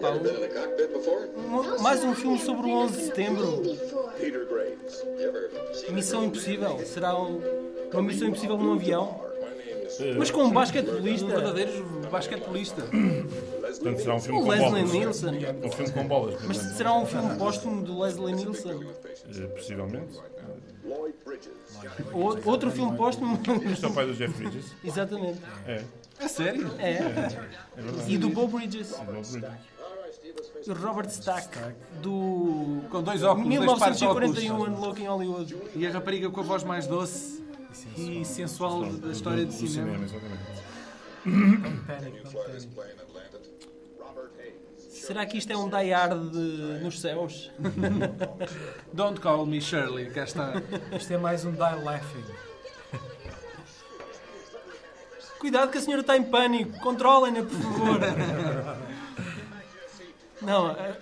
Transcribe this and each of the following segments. pá, Never been in a cockpit before? um- mais um filme sobre o 11 de setembro. Peter Graves. You ever seen a Missão Impossível. Será um- uma Missão Impossível num avião? My name is Mas com um basquetebolista. Um verdadeiro basquetebolista. Leslie. Portanto, será um filme O com Leslie bolas. Nielsen. Um filme com bolas, Mas portanto. será um filme póstumo do Leslie Nielsen? Eh, Possivelmente. Lloyd Bridges. Ou- outro filme póstumo? Este é o pai do Jeff Bridges. Exatamente. É. É sério? É. E do Bo Bridges. É o Bridges. Do Robert Stack. Do. Com dois óculos, dois pares de óculos. 1941 Unlocking Hollywood. E a rapariga com a voz mais doce e sensual da história do Do cinema, cinema. exatamente. Panic, don't panic. Plane that landed. Robert Hayes. Será que isto é um Die Hard de- nos céus? Don't call me Shirley, cá está. Isto é mais um Die Laughing. Cuidado que a senhora está em pânico. Controlem-na, por favor. Não, eh,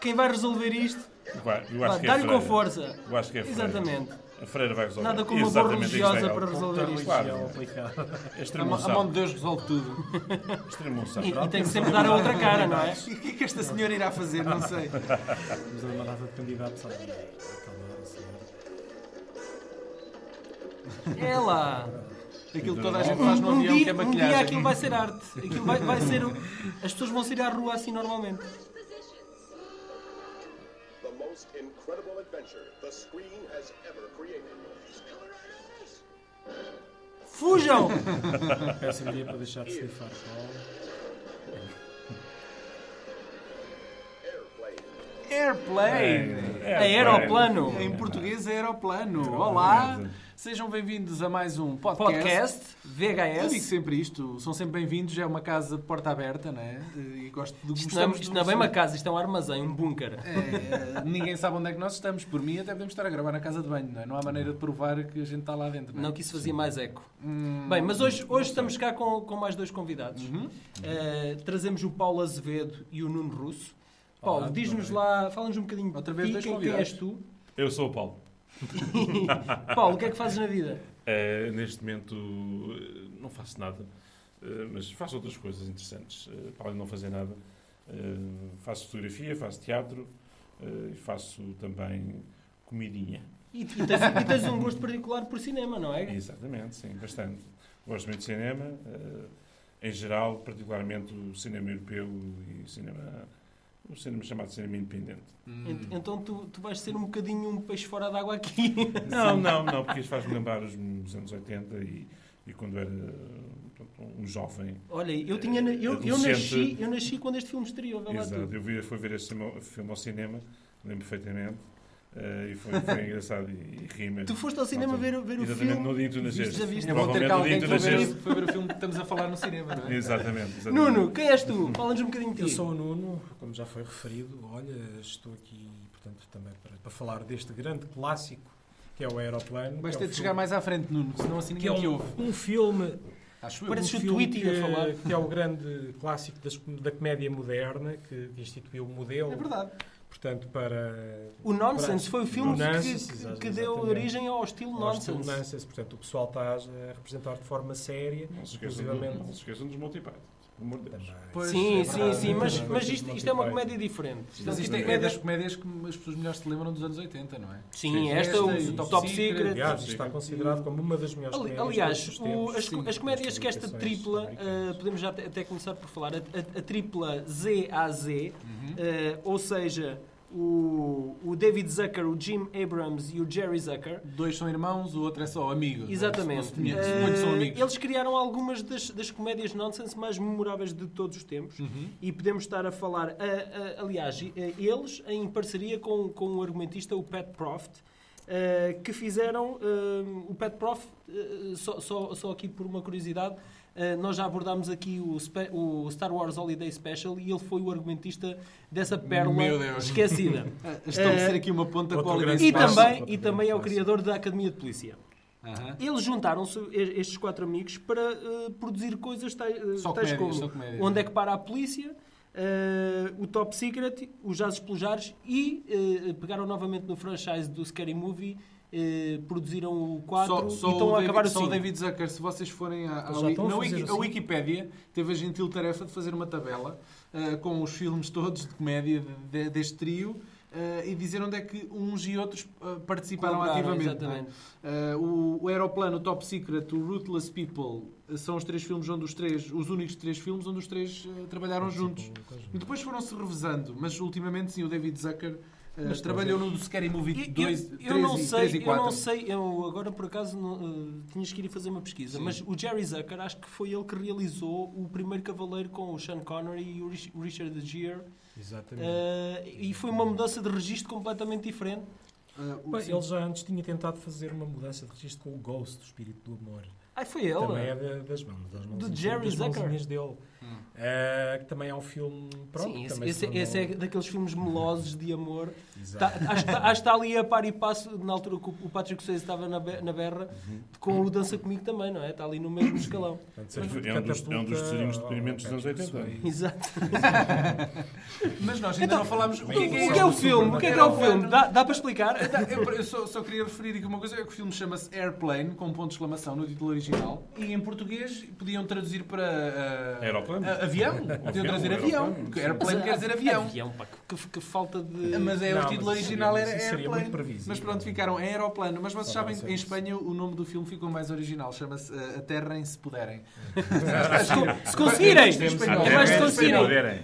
quem vai resolver isto? Pá, Eu Pá, acho que é a Dá-lhe com Freira. força. Eu acho que é a Freira. Exatamente. A Freira vai resolver. Nada como uma boa Exatamente, isto é religiosa algo. para resolver isto. É Claro. é aplicado. A, Extremo mão- a mão de sábio. Deus resolve tudo. Extremo E, sábio. e tem que sempre dar a outra cara, não é? E o que é que esta senhora irá fazer? Não sei. Temos ali uma data de candidatos. Olha, calma, a senhora. É lá. Aquilo que toda a gente faz no Um avião que é dia, um dia maquilhagem. aquilo vai ser arte. Aquilo vai, vai ser. o- As pessoas vão sair à rua assim normalmente. The most incredible adventure the screen has ever created. Fujam! Peço um dia para deixar de sniffar cola. Airplane. Airplane! É, A aeroplano. Em português é aeroplano. é. Olá! Sejam bem-vindos a mais um podcast. Podcast, Eu digo VHS. sempre isto, são sempre bem-vindos, é uma casa de porta aberta, não é? E gosto do que Isto não, é- gostamos isto do- não é bem uma casa, isto é um armazém, um bunker. É, ninguém sabe onde é que nós estamos. Por mim, até podemos estar a gravar na casa de banho, não é? Não há maneira de provar que a gente está lá dentro, não é? Não que isso fazia mais eco. Bem, mas hoje, hoje estamos cá com, com mais dois convidados. Eh, trazemos o Paulo Azevedo e o Nuno Russo. Paulo, Olá, diz-nos tudo lá, fala-nos um bocadinho Outra de vez ti, dois quem, quem convidados. és tu. Eu sou o Paulo. Paulo, o que é que fazes na vida? Eh, neste momento eh, não faço nada, eh, mas faço outras coisas interessantes. eh, para além de não fazer nada, Eh, faço fotografia, faço teatro eh, e faço também comidinha. E, e tens, e tens um gosto particular por cinema, não é? Exatamente, sim, bastante. Gosto muito de cinema, eh, em geral, particularmente o cinema europeu e o cinema, o cinema chamado cinema independente. Hum. Ent- Então tu, tu vais ser um bocadinho um peixe fora d'água aqui. Não, não, não, porque isto faz-me lembrar os meus anos 80 e, e quando era portanto, um jovem. Olha, eu, tinha, na- eu, eu, nasci, Adolescente. eu nasci quando este filme estreou, vê lá Exato, tu. eu vi, fui ver esse filme, filme ao cinema, lembro perfeitamente, eh, e foi, foi engraçado e, e rima. Tu foste ao cinema ver, o- ver o Exatamente, filme. no dia em que tu nasceste. já viste? É bom ter cá alguém Provavelmente que no foi dia ver, em que tu foi ver o filme que estamos a falar no cinema, não nasceste. é? Exatamente, exatamente. Nuno, quem és tu? Fala-nos um bocadinho de Eu ti. sou o Nuno, como já foi referido. Olha, estou aqui, portanto, também para, para falar deste grande clássico que é o Aeroplano. Vais que é ter um de chegar filme- mais à frente, Nuno, senão assim Que é ninguém te ouve. um, um filme um Parece- Acho eu. Pareces o filme Tweety que, a falar. que é o grande clássico das- da comédia moderna que, que instituiu o modelo, É verdade. portanto, para O Nonsense foi o filme O Nonsense, que- que, exato, que deu exatamente. origem ao estilo ao estilo Nonsense. nonsense. Portanto, o pessoal está a representar de forma séria, Não se esqueçam, do, inclusivamente. não se esqueçam dos Monty Python, pelo amor de Deus. Também. Pois, sim, é sim, verdade. sim, mas, Muitas mas coisas isto, não isto é uma se faz. comédia diferente. Isto Mas isto é, é é comédia- das comédias que as pessoas melhores se lembram dos anos 80, não é? Sim, Sim, esta, esta o, e o Top um Secret. Aliás, isto está considerado como uma das melhores é Ali- comédias de Aliás, todos os tempos. o- as, Sim, as comédias das que esta publicações tripla, americanas. eh, podemos já até- até começar por falar, a, a- a tripla ZAZ, Uhum. eh, ou seja, o, o David Zucker, o Jim Abrams e o Jerry Zucker, Dois são irmãos, o outro é só amigo. Não se Exatamente. conhece, Eh, muitos são amigos. eles criaram algumas das, das comédias nonsense mais memoráveis de todos os tempos Uhum. e podemos estar a falar, a- a- aliás, e- eh, eles em parceria com, com o argumentista, o Pat Proft, eh, que fizeram eh, o Pat Proft, eh, só, só, só aqui por uma curiosidade, eh, nós já abordámos aqui o, spe- o Star Wars Holiday Special e ele foi o argumentista dessa pérola Meu Deus. esquecida. Ah, Estabelecer aqui uma ponta é outro com alguém. grande e, Fácil, também, e outro também é o fácil. criador da Academia de Polícia. Aham. Eles juntaram-se, e- estes quatro amigos, para eh, produzir coisas tais, eh, Só tais comédias, como só comédias. Onde é que para a polícia, eh, o Top Secret, os Jazz Explojares e eh, pegaram novamente no franchise do Scary Movie eh, produziram o 4 Só- só e estão o a David- acabar o Só o 5. David Zucker, se vocês forem à, à Eles já Wiki- estão a na fazer Wiki- a assim. Wikipédia, teve a gentil tarefa de fazer uma tabela ah, com os filmes todos de comédia de- de- deste trio ah, e dizer onde é que uns e outros ah, participaram Colaboraram, ativamente. não é? exatamente. Ah, o, o Aeroplano, o Top Secret, o Ruthless People ah, são os três filmes onde os três, os únicos três filmes onde os três ah, trabalharam juntos. é. E depois foram-se revezando, mas ultimamente sim, o David Zucker ah, trabalhou no Scary Movie Eu- 2, é. eu, 3 eu não e, sei, 3 e eu 4. não sei, eu agora por acaso não, eh, tinhas que ir fazer uma pesquisa, mas o Jerry Zucker acho que foi ele que realizou o primeiro Cavaleiro com o Sean Connery e o Rich- Richard Gere Exatamente. eh, e foi uma mudança de registro completamente diferente. Ah, o- Bem, sim. ele já antes tinha tentado fazer uma mudança de registro com o Ghost, o Espírito do Amor. Ah, foi ele. Também é da- das mãos. Das mãos Jerry das Zucker. mãozinhas dele. Hum. Ah, que também é um filme pronto. Sim, esse, também esse- se tornou- esse é daqueles filmes melosos de amor. Tá, Exato. acho, que tá- acho que está ali a par e passo, na altura que o Patrick Swayze estava na, be- na berra, Uhum. com o Dança Comigo também, não é? Está ali no mesmo escalão. Portanto, serve de É um dos- catapulta é um dos tesourinhos de deprimentos ao- ao dos anos 80. Patrick Swayze. Exato. Mas nós ainda não falámos o Então, O que que, o é que é que é o um este filme? O que é que é o Aeroplano? filme? Dá, dá para explicar? Tá, Eu eu só, só queria referir aqui uma coisa, é que o filme chama-se Airplane, com um ponto de exclamação no título original, e em português podiam traduzir para... ah, É Aeroplano. ah, avião. Podiam Avião, traduzir avião. aeroplano. porque Airplane quer dizer avião. pá, que, que falta de. Mas é, Não, o mas título isso original seria- era isso seria muito Airplane. previsível. Mas pronto, ficaram em Aeroplano. Mas vocês Só sabem, vai ser em isso. Espanha o nome do filme ficou mais original. Chama-se ah, A Terra Se Puderem. se, co- se conseguirem! Em espanhol. A Em terra vez é de sem conseguirem! poderem.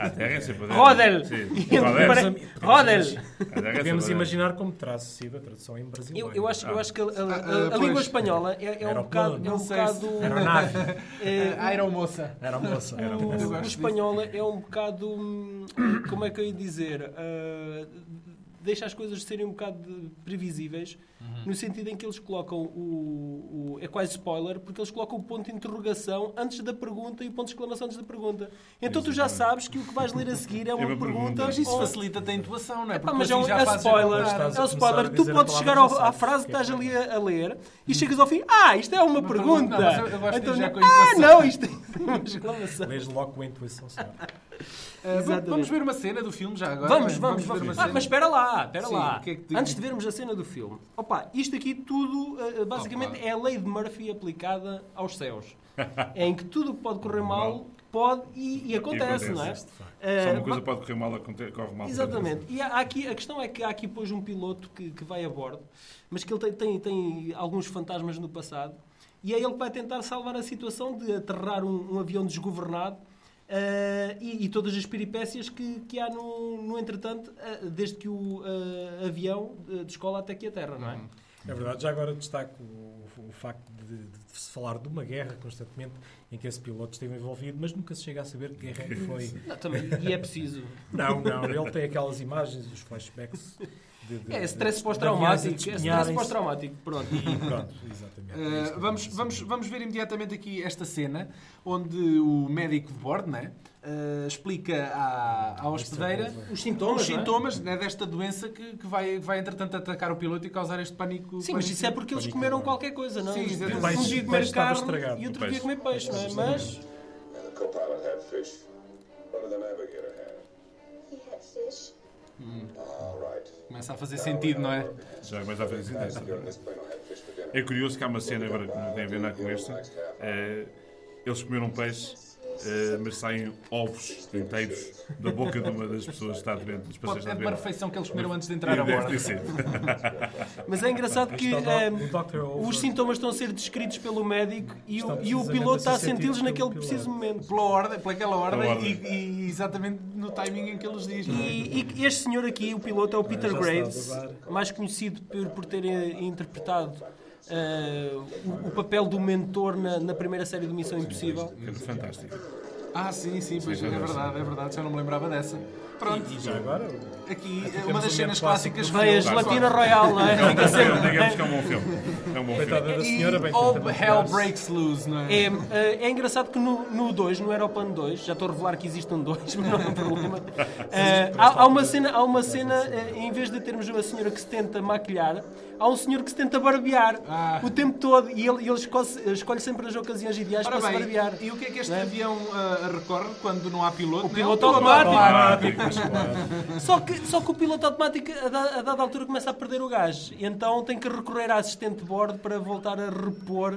A terra é sem poderem. Rodel! Sim. E- Rodel. para- A terra Rodel! é sem Podemos poderem. imaginar como terá sido a tradução em brasileiro. Eu, eu, acho, eu acho que a, a- a- a Ah, ah, língua pois. espanhola é, é um Aeroplano. bocado. É um Não sei se- bocado Aeronave. eh, Ah, Aeromoça. Era um moça. o- Eu o gosto espanhol é um bocado. hum, Como é que eu ia dizer? Ah, deixa as coisas serem um bocado de- previsíveis, no sentido em que eles colocam o, o- É quase spoiler, porque eles colocam o ponto de interrogação antes da pergunta e o ponto de exclamação antes da pergunta. Então tu já sabes que o que vais ler a seguir é uma, uma pergunta. pergunta. Mas Mas isso ou- facilita-te a intuação, não é? Pá, Porque mas é assim um já é fazes a spoiler, comparação. estás a é um começar a spoiler. Tu dizer a podes palavra, chegar já ao- à sabes frase o que que é estás que ali a, a ler e chegas ao fim, ah, isto é uma Uma pergunta. pergunta, mas eu- eu gosto de então, já com a ah, intuação. não, isto é uma exclamação. Lês logo com a intuição certa. Ah, Exatamente. Vamos ver uma cena do filme já agora. Vamos, Bem, vamos, ver vamos. uma Ah, mas espera lá, espera Sim, lá. o que é que tu- Antes de vermos a cena do filme. Opa, isto aqui tudo, eh, eh, basicamente, Opa. é a lei de Murphy aplicada aos céus. é em que tudo o que pode correr mal, pode e, e acontece, acontece, não é? de Eh, Só uma coisa ba- pode correr mal, aconte- corre mal. Exatamente. E há- há aqui, a questão é que há aqui depois um piloto que, que vai a bordo, mas que ele tem, tem, tem alguns fantasmas no passado, e é ele que vai tentar salvar a situação de aterrar um, um avião desgovernado eh, e, e todas as peripécias que, que há no, no entretanto, eh, desde que o eh, avião eh, descola até aqui a Terra, não é? É verdade, já agora destaco o, o facto de, de- de se falar de uma guerra constantemente em que esse piloto esteve envolvido, mas nunca se chega a saber que guerra é que foi. Não, também, e é preciso. Não, não, ele tem aquelas imagens, os flashbacks. De, de, É de- stress de pós-traumático. aviões a É stress despenharem-se. pós-traumático. Pronto. E pronto, exatamente. Uh, É isto que vamos, acontece. vamos, vamos ver imediatamente aqui esta cena onde o médico de bordo né, uh, explica à, à hospedeira Os sintomas, os não é? sintomes né, desta doença que, que vai, vai entretanto atacar o piloto e causar este pânico. Sim, mas pânico. isso é porque eles Pânico comeram agora. qualquer coisa, não é? Sim, Eles- exatamente. um O dia peixe- comer o peixe estava carne estragado. e outro O dia peixe. comer peixe, não é? Mas And the co-pilot had fish. What did the navigator have? He had fish. All right. Começa a fazer sentido, não é? Já começa a fazer Passenger in sentido. this plane will have fish for dinner. É curioso que há uma cena agora que não tem a ver nada com esta. eh, eles comeram peixe, eh, mas saem ovos inteiros da boca de uma das pessoas que está doente, dos Pode, é passageiros que está uma doente. refeição que eles comeram antes de entrar a E deve ter bordo. sido. Mas é engraçado que Isto é o doc- eh, o Dr. Over. os sintomas estão a ser descritos pelo médico e Estão o, e o precisamente piloto a ser está a senti-los sentidos naquele pelo preciso piloto. momento. Pela ordem, pelaquela ordem, Pela e- E, exatamente no timing em que eles dizem. não é? E, e este senhor aqui, o piloto, é o Peter já está a Graves, levar. mais conhecido por, por ter eh, interpretado eh, o, o papel do mentor na, na primeira série do Missão Impossível. É fantástico. Ah, sim, sim, pois é verdade, é verdade, já não me lembrava dessa. Pronto, E já agora, aqui é uma temos das um cenas momento clássicas clássico do Veio a que eu- gelatina royal, não é? Tá Fica sempre- Digamos que é um bom filme. É um bom filme. coitada da E senhora, bem All tenta Hell mostrar-se. Breaks Loose, não é? É, eh, é engraçado que no, no 2, no Aeroplano 2, já estou a revelar que existe um 2, mas não é um problema. Eh, há, há uma cena, há uma cena eh, em vez de termos uma senhora que se tenta maquilhar, há um senhor que se tenta barbear Ah. o tempo todo e ele, ele escolhe, escolhe sempre as ocasiões ideais Ora para se bem, barbear. e o que é que este Não é? avião ah, a- recorre quando não há piloto. O né? piloto É um automático. Ah, Automático, mas claro. Só que, só que o piloto automático, a, da- a dada altura, começa a perder o gás. E então tem que recorrer à assistente de bordo para voltar a repor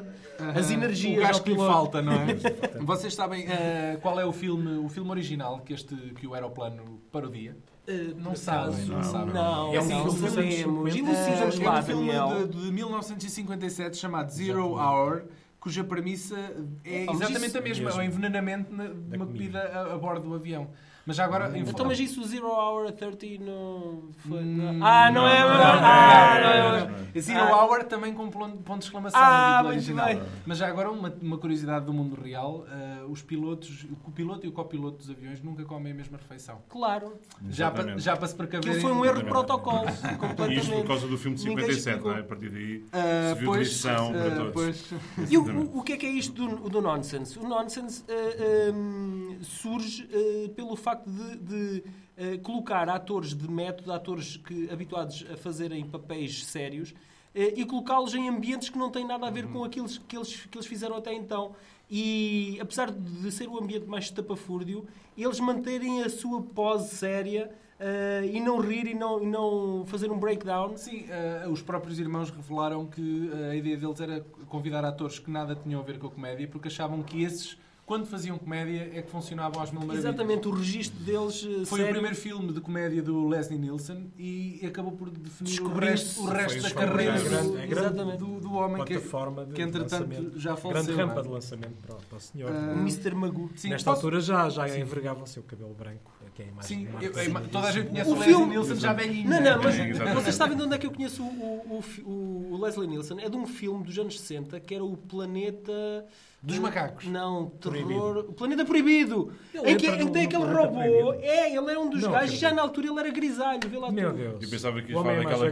as energias o gás ao que lhe piloto. falta, não é? Vocês sabem eh, qual é o filme, o filme original que, este, que o aeroplano parodia? Eh, Não por sabem, acaso, não sabem. Não, assim, É um não filme dos anos sabemos. 50. Elucidamos é lá, um filme Daniel. de, de 1957 chamado Zero Hour, cuja premissa é mas exatamente isso a mesma, é o mesmo. envenenamento na- de Da uma bebida comida. a, a bordo do avião. Mas já agora... em- Então, mas isso, o Zero Hour 30, não foi... Hum, ah, não, é... ah, não é... não, não. Zero Ah. Hour também com pon- ponto de exclamação Ah, no título muito original. bem. Mas já agora uma, uma curiosidade do mundo real, eh, os pilotos, o piloto e o copiloto dos aviões nunca comem a mesma refeição. Claro. Já para, Exatamente. já para se precaverem... Aquilo foi um erro de protocolo. E isto por completamente. causa do filme de Ninguém 57, explicou. não é? A partir daí Eh, se viu de pois, lição para eh, todos. pois. E o, o- o que é que é isto do, do nonsense? O nonsense eh, ehm, surge eh, pelo facto de, de, eh, colocar atores de método, atores que, habituados a fazerem papéis sérios, eh, e colocá-los em ambientes que não têm nada a Uhum. ver com aqueles que eles, que eles fizeram até então. E apesar de ser o ambiente mais tapafúrdio, eles manterem a sua pose séria eh, e não rir e não, e não fazer um breakdown. Sim, eh, os próprios irmãos revelaram que eh, a ideia deles era convidar atores que nada tinham a ver com a comédia, porque achavam que esses, quando faziam comédia, é que funcionavam às mil maravilhas. Exatamente, o registro deles eh, Foi o sério. primeiro filme de comédia do Leslie Nielsen e acabou por definir o Descobriu-se. resto, o resto Foi da um filme carreira grande, do, é grande. exatamente, do, do homem é que, Plataforma de que entretanto lançamento. já Grande faleceu. rampa não de é? lançamento para, o- para o senhor. Ah, não é? Mr. Magoo. Sim, Nesta posso- altura já, já envergavam seu cabelo branco. Aqui é a imagem Sim, de eu- Marcos eu- Aurélio. toda a gente conhece o O Leslie filme- Nielsen já velhinho. né? Não, não, é? mas É, exatamente. vocês sabem de onde é que eu conheço o, o- o fi- o Leslie Nielsen? É de um filme dos anos 60 que era o Planeta. Dos macacos. Não, terror. Proibido. O Planeta Proibido! Ele em que, entra em que tem no aquele Planeta robô. Proibido. É, ele era um dos Não, gajos. acredito. Já na altura ele era grisalho, vê lá Meu tudo. Deus. Eu pensava que O ias homem falar é mais daquela velho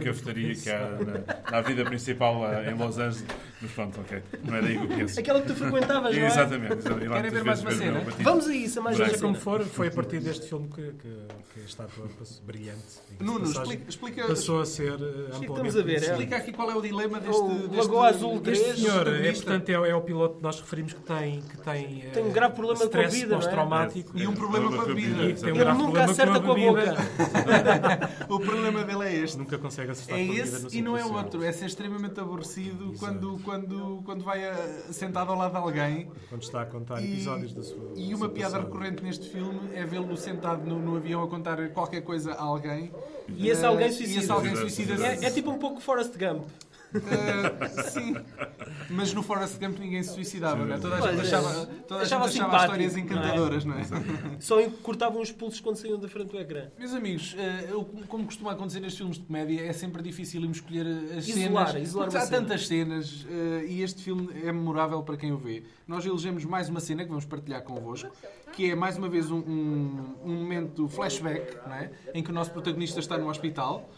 cafetaria do que há isso. na, na avenida principal lá em Los Angeles. Mas pronto, ok. Não era aí que eu penso. Aquela que tu frequentavas, não é? Exatamente. exatamente. E lá Querem ver muitas mais uma vezes ver o cena? meu batido. Vamos a isso, a mais uma Seja Branco. como cena. for, foi a partir deste filme que, que, que esta ator passou, brilhante. diga-se de Nuno, passagem, explica, explica, Passou a ser eh, que amplamente estamos a ver? conhecido. explica aqui qual é o dilema deste. O deste- Lagoa Azul deste 3. Este senhor é, protagonista. portanto, é, o- é o piloto que nós referimos que tem, que tem, eh, Tem um grave problema com a stress vida, não é? pós-traumático. E um problema com a bebida. E tem um Ele grave nunca problema acerta com a bebida. boca. O problema dele é este. Nunca consegue acertar É com a bebida. no esse e sentido não é certo. outro. É ser extremamente aborrecido quando, quando, quando vai ah, sentado ao lado de alguém. Quando está a contar é- E- episódios da sua. E da uma sua piada passagem. recorrente neste filme é vê-lo sentado no, no avião a contar qualquer coisa a alguém. E É, esse alguém Eh, E esse suicida. alguém suicida É, É, é tipo um pouco Forrest Gump. sim. Mas no Forrest Gump ninguém se suicidava, não é? Toda a gente Pois é. achava, toda a gente Achava achava simpático, histórias encantadoras, não é? Só cortavam os pulsos quando saíam da frente do ecrã. Meus amigos, eh, eu, como costuma acontecer nestes filmes de comédia, é sempre difícil irmos escolher as Isolar, cenas. isolar porque uma há cena. tantas cenas eh, e este filme é memorável para quem o vê. Nós elegemos mais uma cena que vamos partilhar convosco, que é mais uma vez um, um- um momento flashback, não é? em que o nosso protagonista está no hospital.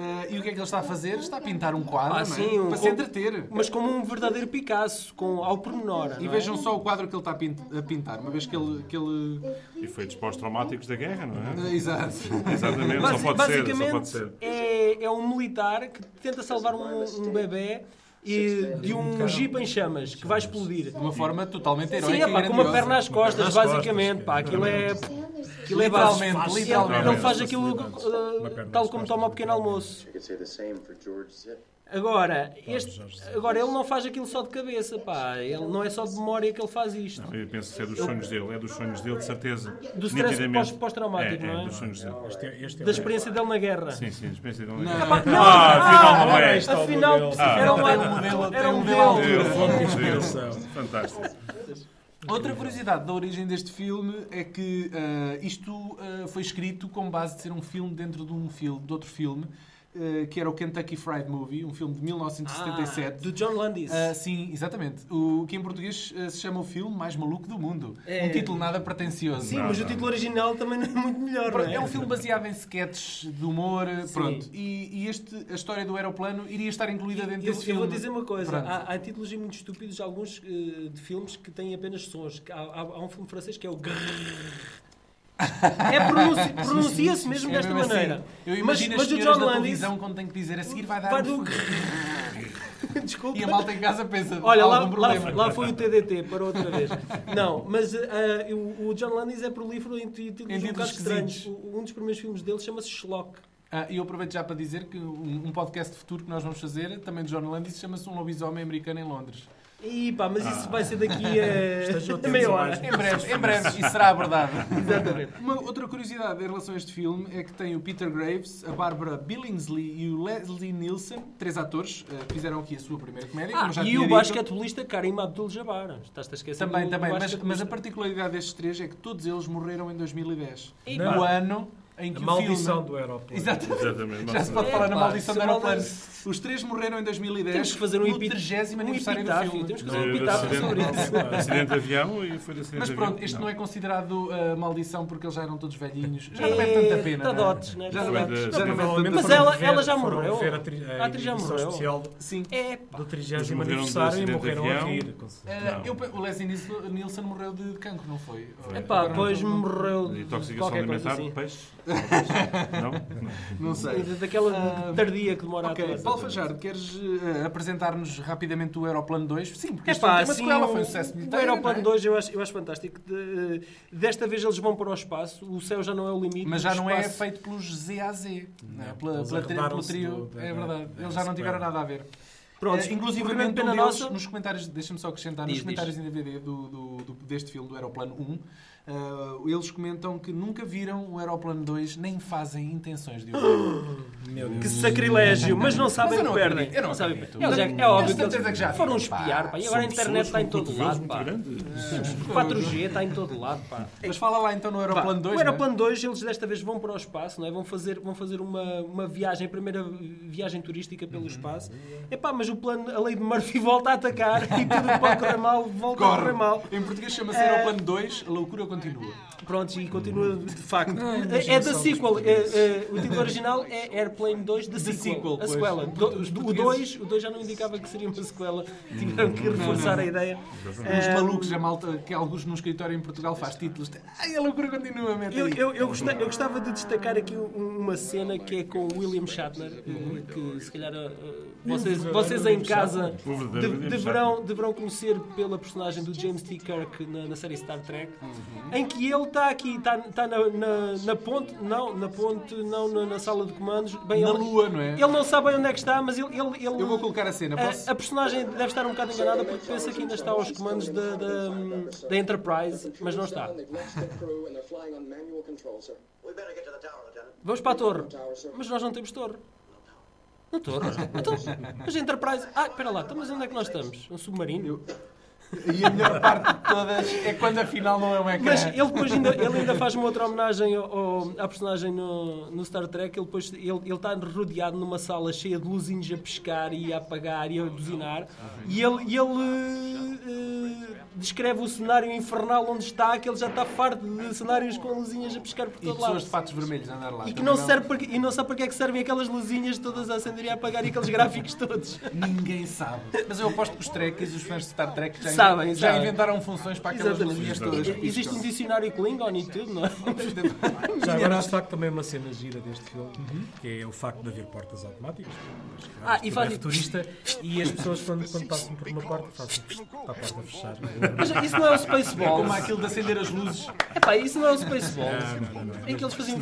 Eh, e o que é que ele está a fazer? Está a pintar um quadro Ah, não é? sim, um para se quadro. entreter. Mas como um verdadeiro Picasso, com, ao pormenor. E não é? vejam só o quadro que ele está a pin- a pintar, uma vez que ele. Que ele... Efeitos pós-traumáticos da guerra, não eh, é? Exato. Exatamente. Só Basi- pode ser. Só basicamente, pode ser. É, é um militar que tenta salvar um, um bebê e, de um jeep em chamas que vai explodir. De uma forma totalmente heróica. Sim, e é pá, com uma grandiosa. perna às Perna costas, às basicamente. costas, Pá, aquilo é. Aquilo é base Literalmente, fácil. literalmente. Ele faz aquilo Literalmente. uh, Uma perna tal às como costas, toma o pequeno literalmente. almoço. You could say the same for George Zip. Agora, este, Jorge Zé. agora ele não faz aquilo só de cabeça, pá. Ele não é só de memória que ele faz isto. Eu penso que é dos sonhos dele. É dos sonhos dele, de certeza. Do stress Nitidamente. pós- pós-traumático, é, não é? dos sonhos dele. Este é- este é Da o- experiência dele na guerra. Sim, sim. Experiência dele. Não. Ah, afinal não é. isto é o Afinal, modelo. era um Ah, tem um modelo, era tem um um modelo. modelo. Deus, Fonte de Deus. inspiração. É, Fantástico. Outra curiosidade da origem deste filme é que ah, isto ah, foi escrito com base de ser um filme dentro de um filme, de outro filme, ah, que era o Kentucky Fried Movie, um filme de Ah, 1977. do John Landis. Ah, sim, exatamente. O que em português ah, se chama o filme mais maluco do mundo. É. Um título nada pretencioso. Sim, mas o título original também não é muito melhor, não Pronto, é? é um filme baseado em sketches de humor, eh, pronto. E, e este, a história do aeroplano iria estar incluída dentro Eu, desse eu filme. vou dizer uma coisa, Pronto. há, há títulos muito estúpidos, alguns eh, de filmes que têm apenas sons. Que Há, há- há um filme francês que é o Grrrr. É pronunci- pronuncia-se mesmo É desta mesmo assim. maneira. Eu mas imagino mas as o senhoras John da Landis um um televisão quando tem que dizer a seguir vai dar vai um do Grrrr. Desculpa. E a malta em casa pensa. Olha, lá, algum lá- problema. lá foi o TDT, para outra vez. Não, mas ah, o, o John Landis é prolífero em tí- títulos Em um bocado títulos esquisitos. estranhos. O- Um dos primeiros filmes dele chama-se Schlock. Ah, e eu aproveito já para dizer que um, um podcast futuro que nós vamos fazer, também de John Landis, chama-se Um Lobisomem Americano em Londres. E pá, mas Ah. isso vai ser daqui a, atentos meia a hora. mais. Em breve, em breve, isso será abordado. Exatamente. Uma outra curiosidade em relação a este filme é que tem o Peter Graves, a Barbara Billingsley e o Leslie Nielsen, três atores, eh, que fizeram aqui a sua primeira comédia. Ah, como eu já e tinha o dito. basquetebolista Karim Abdul-Jabbar. Estás-te a esquecer Também, do, do também, mas, mas a basquetebolista. particulariidade destes três é que todos eles morreram em 2010. Não. O ano em A que o maldição filme... né? do aeroporto. Exatamente. Exatamente. Já se pode É, falar na pá, maldição se do aeroplano. maldição- Os três morreram em 2010 Temos que fazer um no epi- 30º um aniversário do epitáfio, filme. temos que Não, fazer um de epitáfio sobre eh, acidente. isso. Acidente de avião e foi de acidente Mas de pronto, avião. este não, é considerado eh, maldição porque eles já eram todos velhinhos. Já não É, é tanta pena. tá não é? dotes, né? Já Tá não é, dotes. já não é Provavelmente tanta Mas pena. foram ela- ela já foram morreu. ver a, tri- A atriz já edição morreu. especial Sim. Uh, É pá. do 30 morreram de aniversário e acidente de morreram a avião. rir. com certeza. Eh, Não. eu pe- o Leslie Nielsen, Nielsen morreu de cancro, não foi? Foi. É Agora pá, não pois estou- me morreu de Intoxicação qualquer coisa alimentar, assim. peixe? Não? Não. Não sei. Daquela Ah, tardia que demora a Ok, atrás. Paulo Fajardo, queres eh, apresentar-nos rapidamente o Aeroplano 2? Sim, porque É este é pá, uma assim, sequela, foi um o- sucesso o militar. Aeroplano 2 eu acho, eu acho fantástico. De- desta vez eles vão para o espaço, o céu já não é o limite. Mas já o não é espaço- feito pelos ZAZ, não, é? Não, pela, eles pela, tri- pelo arredaram-se trio. do- da- é verdade, da- da eles já não sequela. tiveram nada a ver. Pronto, Eh, inclusive, grande um pena deles, nossa. nos comentários, deixa-me só acrescentar, Diz, diz. nos comentários em DVD do, do- do- deste filme, do Aeroplano 1, eh, eles comentam que nunca viram o Aeroplano 2, nem fazem intenções de o ver. Meu Que Deus. sacrilégio, mas não sabem eu que não perdem. acredito, eu não sabem. acredito. Eles é, é Mas óbvio que certeza que eles já foram viram, pá. espiar, pá. E agora a São internet está em pessoas todo com lado, cotovelos pá. muito grandes. 4G está em todo lado, pá. Mas fala lá então no Pá, Aeroplano 2. o não é? Aeroplano 2, eles desta vez vão para o espaço, não é? Vão fazer, vão fazer uma, uma viagem, primeira viagem turística pelo espaço. Epá, mas o plano, a lei de Murphy volta a atacar e tudo que pode correr mal, volta a correr mal. Em português chama-se Eh, Aeroplano 2, a loucura continua. Pronto, e continua de facto. Ah, imaginação é da dos sequel. é, é, o título original é Airplane 2 da sequel. sequel, a pois. sequela. Os Do- portugueses- o 2 o dois já não indicava que seria uma sequela. Tiveram que reforçar a ideia. Os Eh, malucos, a malta, que alguns no escritório em Portugal faz títulos. de, Ai, a loucura continua, mete Eu, aí." eu, eu, gosta- eu gostava de destacar aqui um- uma cena que é com o William Shatner, eh, que se calhar eh, vocês, vocês em casa O verdadeiro de- William deverão, deverão conhecer pela personagem do James T. Kirk na, na série Star Trek, em que ele está aqui, está está na, na, na ponte, não, na ponte, não na, na sala de comandos. Bem, Na ele- lua, não é? Ele não sabe bem onde é que está, mas ele. ele, ele- Eu vou colocar a cena, posso? a, a personagem deve estar um bocado enganada porque pensa que ainda está aos comandos da, da, da Enterprise, mas não está. They've launched their crew and they're flying on manual control, sir. We better get to the tower, Lieutenant. Vamos para a torre. Mas nós não temos torre. Não torre? Então, mas a Enterprise... Ah, espera lá. Então, mas onde é que nós estamos? Um submarino? E a melhor parte de todas é quando afinal não é um ecrã. Mas ele depois ainda, ele ainda faz uma outra homenagem ao, ao- à personagem no, no Star Trek. Ele, depois, ele, ele está rodeado numa sala cheia de luzinhos a pescar e a apagar e a buzinar. E ele, e ele eh, eh, descreve o cenário infernal onde está, que ele já está farto de cenários com luzinhas a pescar por E todo lado. pessoas de patos vermelhos a andar lá. E que também não, serve para, e não sabe para que é que servem aquelas luzinhas todas a acender e a apagar e aqueles gráficos todos. Ninguém sabe. Mas eu aposto que os Trekkies, os fãs de Star Trek, já, Sabem, já sabem. inventaram funções para aquelas Exatamente. luzinhas todas. E- Existe um dicionário Klingon e tudo, não é? Já agora há de facto também uma cena gira deste filme, que é o facto de haver portas automáticas. Ah, e e fazem- faz turista e as pessoas quando, quando passam por uma porta fazem para a porta fechar. Mas isso não é o É como Spaceballs. aquilo de acender as luzes. Epá, isso não é o Spaceballs. Em que eles faziam.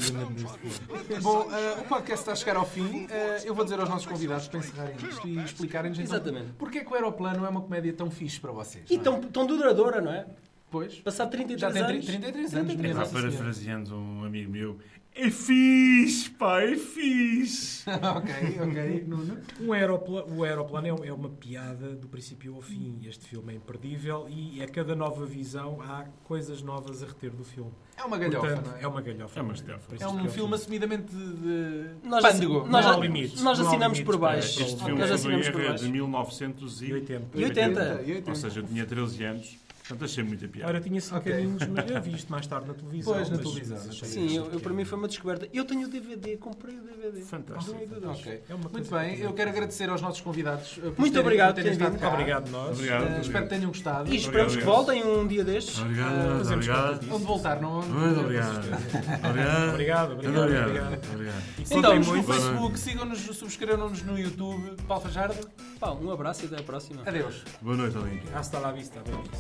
Bom, eh, o podcast está a chegar ao fim. Eh, eu vou dizer aos nossos convidados para encerrarem isto e explicarem-nos então, Exatamente. porque é que o Aeroplano é uma comédia tão fixe para vocês. E não é? tão, tão duradoura, não é? Pois. Passar 33 Já tem tri- anos. 33 anos, assim, minha Pá, nossa senhora. parafraseando um amigo meu, é fixe, pá, é fixe. Ok, ok, Nuno. O, aeropla, o aeroplano é, um- é uma piada do princípio ao fim. Este filme é imperdível e a cada nova visão há coisas novas a reter do filme. É uma galhofa, Portanto, não é? é uma galhofa. É uma galhofa. Por isso É que um é o filme assim- assumidamente de... Nós, pândego. nós, Não há limites. nós Não há assinamos por limites para baixo. Este Ok, filme, Nós é se não assinamos por erro, é de baixo. 1980. 80. E 80. E Ou 80. seja, eu tinha 13 anos Portanto, achei muita Ora, piada. tinha cinco Ok. caminhos, mas eu vi isto mais tarde na televisão. Pois, na mas- televisão, mas na achei Sim, isto eu, eu, para pequeno. mim foi uma descoberta. Eu tenho o DVD, comprei o DVD. Fantástico, Não há dúvidas. Ok. É uma Muito coisa bem, que eu quero agradecer aos nossos convidados. eh, por Muito terem- obrigado, por terem terem vindo. estado cá. Obrigado, nós. Obrigado. Eh, espero que tenham gostado. E esperamos que obrigado. voltem um dia destes. Obrigado, Fazemos obrigado. contatíssimo. Onde voltar, não? Muito obrigado. Obrigado. Obrigado, obrigado, Obrigado. obrigado. obrigado. Então, Sigam-nos no muito. Facebook, sigam-nos, subscrevam-nos no YouTube. Paulo Fajardo, pá, um abraço e até à próxima. adeus. Boa noite, Olinda. Hasta la vista, babies.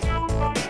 Thank